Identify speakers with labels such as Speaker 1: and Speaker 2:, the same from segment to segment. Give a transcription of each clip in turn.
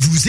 Speaker 1: Vous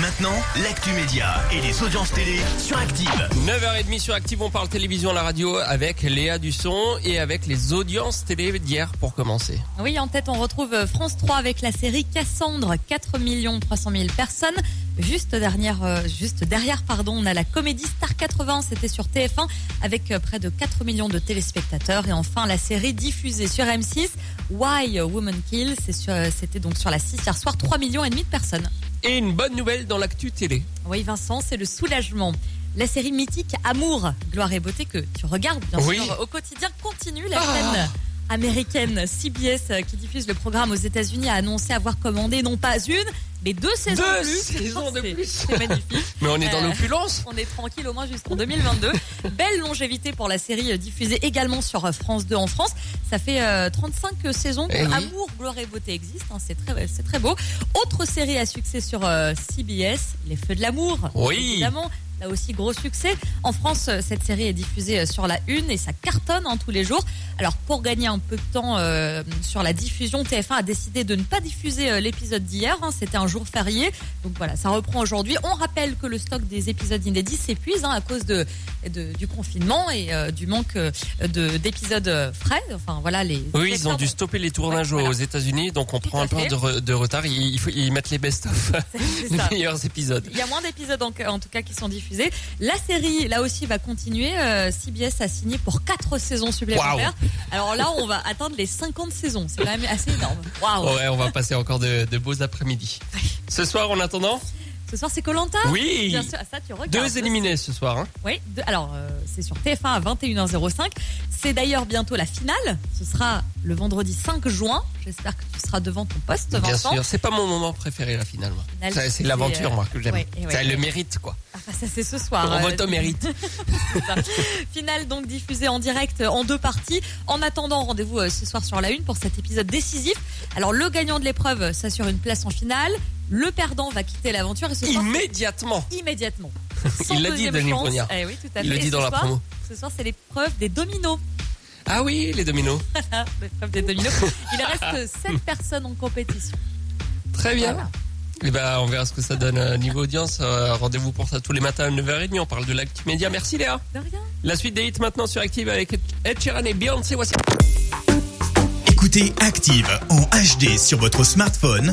Speaker 1: maintenant, l'actu média et les audiences télé sur Active.
Speaker 2: 9h30 sur Active, on parle télévision à la radio avec Léa Dusson et avec les audiences télé d'hier pour commencer.
Speaker 3: Oui, en tête, on retrouve France 3 avec la série Cassandre, 4 300 000 personnes. Juste derrière, euh, juste derrière pardon, on a la comédie Star 80, c'était sur TF1, avec euh, près de 4 millions de téléspectateurs. Et enfin, la série diffusée sur M6, Why Woman Kill, c'est sur- euh, c'était donc sur la 6 hier soir, 3 millions et demi de personnes.
Speaker 2: Et une bonne nouvelle dans l'actu télé.
Speaker 3: Oui, Vincent, c'est le soulagement. La série mythique Amour, gloire et beauté que tu regardes bien
Speaker 2: Oui.
Speaker 3: sûr au quotidien continue la
Speaker 2: Ah.
Speaker 3: chaîne américaine CBS euh, qui diffuse le programme aux États-Unis a annoncé avoir commandé non pas une mais deux saisons
Speaker 2: Deux
Speaker 3: de plus.
Speaker 2: saisons de
Speaker 3: C'est-
Speaker 2: plus.
Speaker 3: C'est magnifique.
Speaker 2: Mais on est dans
Speaker 3: Euh.
Speaker 2: l'opulence.
Speaker 3: On est tranquille au moins jusqu'en 2022. Belle longévité pour la série euh, diffusée également sur euh, France 2 en France. Ça fait euh, 35 saisons que
Speaker 2: Eh oui.
Speaker 3: Amour, gloire et beauté existent. hein. c'est très, c'est très beau. Autre série à succès sur euh, CBS, Les Feux de l'amour.
Speaker 2: Oui.
Speaker 3: Évidemment. Là aussi, gros succès. En France, euh, cette série est diffusée euh, sur la une et ça cartonne hein, tous les jours. Alors, pour gagner un peu de temps euh, sur la diffusion, TF1 a décidé de ne pas diffuser euh, l'épisode d'hier. hein. C'était un jour férié. Donc voilà, ça reprend aujourd'hui. On rappelle que le stock des épisodes inédits s'épuise hein, à cause de, de- du confinement et euh, du manque euh, de- d'épisodes euh, frais. Enfin voilà, les.
Speaker 2: Oui, ils ont
Speaker 3: spectateurs-
Speaker 2: dû stopper les tournages
Speaker 3: Ouais,
Speaker 2: aux
Speaker 3: voilà.
Speaker 2: États-Unis, donc on
Speaker 3: Tout
Speaker 2: prend
Speaker 3: à
Speaker 2: un peu
Speaker 3: fait.
Speaker 2: de, re- de retard. Ils, il faut- ils mettent les best-of,
Speaker 3: C'est
Speaker 2: les
Speaker 3: ça.
Speaker 2: meilleurs épisodes.
Speaker 3: Il y a moins d'épisodes en, en tout cas qui sont diffusés. La série, là aussi, va continuer. Euh, CBS a signé pour 4 saisons supplémentaires. Alors là, on va atteindre les 50 saisons. C'est quand même assez énorme. Waouh
Speaker 2: Ouais, on va passer encore de, de beaux après-midi. Ce soir, en attendant,
Speaker 3: Ce soir, c'est Colanta
Speaker 2: oui,
Speaker 3: Bien sûr, ah, ça tu regardes.
Speaker 2: deux éliminés ce soir. hein.
Speaker 3: Oui, de- alors euh, c'est sur TF1 à 21h05. C'est d'ailleurs bientôt la finale. Ce sera le vendredi 5 juin. J'espère que tu seras devant ton poste,
Speaker 2: Bien
Speaker 3: Vincent.
Speaker 2: sûr, c'est pas mon moment préféré là finalement.
Speaker 3: Finale,
Speaker 2: Ça, C'est
Speaker 3: c'est,
Speaker 2: l'aventure
Speaker 3: euh,
Speaker 2: moi que j'aime.
Speaker 3: ouais, et ouais.
Speaker 2: Ça le mérite quoi.
Speaker 3: Ah, ça c'est ce soir.
Speaker 2: on
Speaker 3: Euh,
Speaker 2: vote au mérite.
Speaker 3: Finale donc diffusée en direct euh, en deux parties. En attendant, rendez-vous euh, ce soir sur la une pour cet épisode décisif. Alors le gagnant de l'épreuve euh, s'assure une place en finale. Le perdant va quitter l'aventure et ce soir
Speaker 2: Immédiatement.
Speaker 3: immédiatement.
Speaker 2: Il l'a dit,
Speaker 3: deuxième
Speaker 2: Denis
Speaker 3: chance.
Speaker 2: Brognard.
Speaker 3: Eh oui, tout à
Speaker 2: Il
Speaker 3: fait.
Speaker 2: le
Speaker 3: Et
Speaker 2: dit dans
Speaker 3: ce
Speaker 2: la
Speaker 3: soir,
Speaker 2: promo.
Speaker 3: Ce soir, c'est l'épreuve des dominos.
Speaker 2: Ah oui, les dominos.
Speaker 3: Ah, l'épreuve des dominos. Il reste 7 personnes en compétition.
Speaker 2: Très bien.
Speaker 3: Voilà.
Speaker 2: Eh ben, on verra ce que ça donne euh, niveau audience. Euh, Rendez-vous pour ça tous les matins à 9h30. On parle de l'actu média. Merci Léa.
Speaker 3: De rien.
Speaker 2: La suite des hits maintenant sur Active avec Ed Sheeran et Beyoncé. Voici-
Speaker 1: Écoutez Active en HD sur votre smartphone,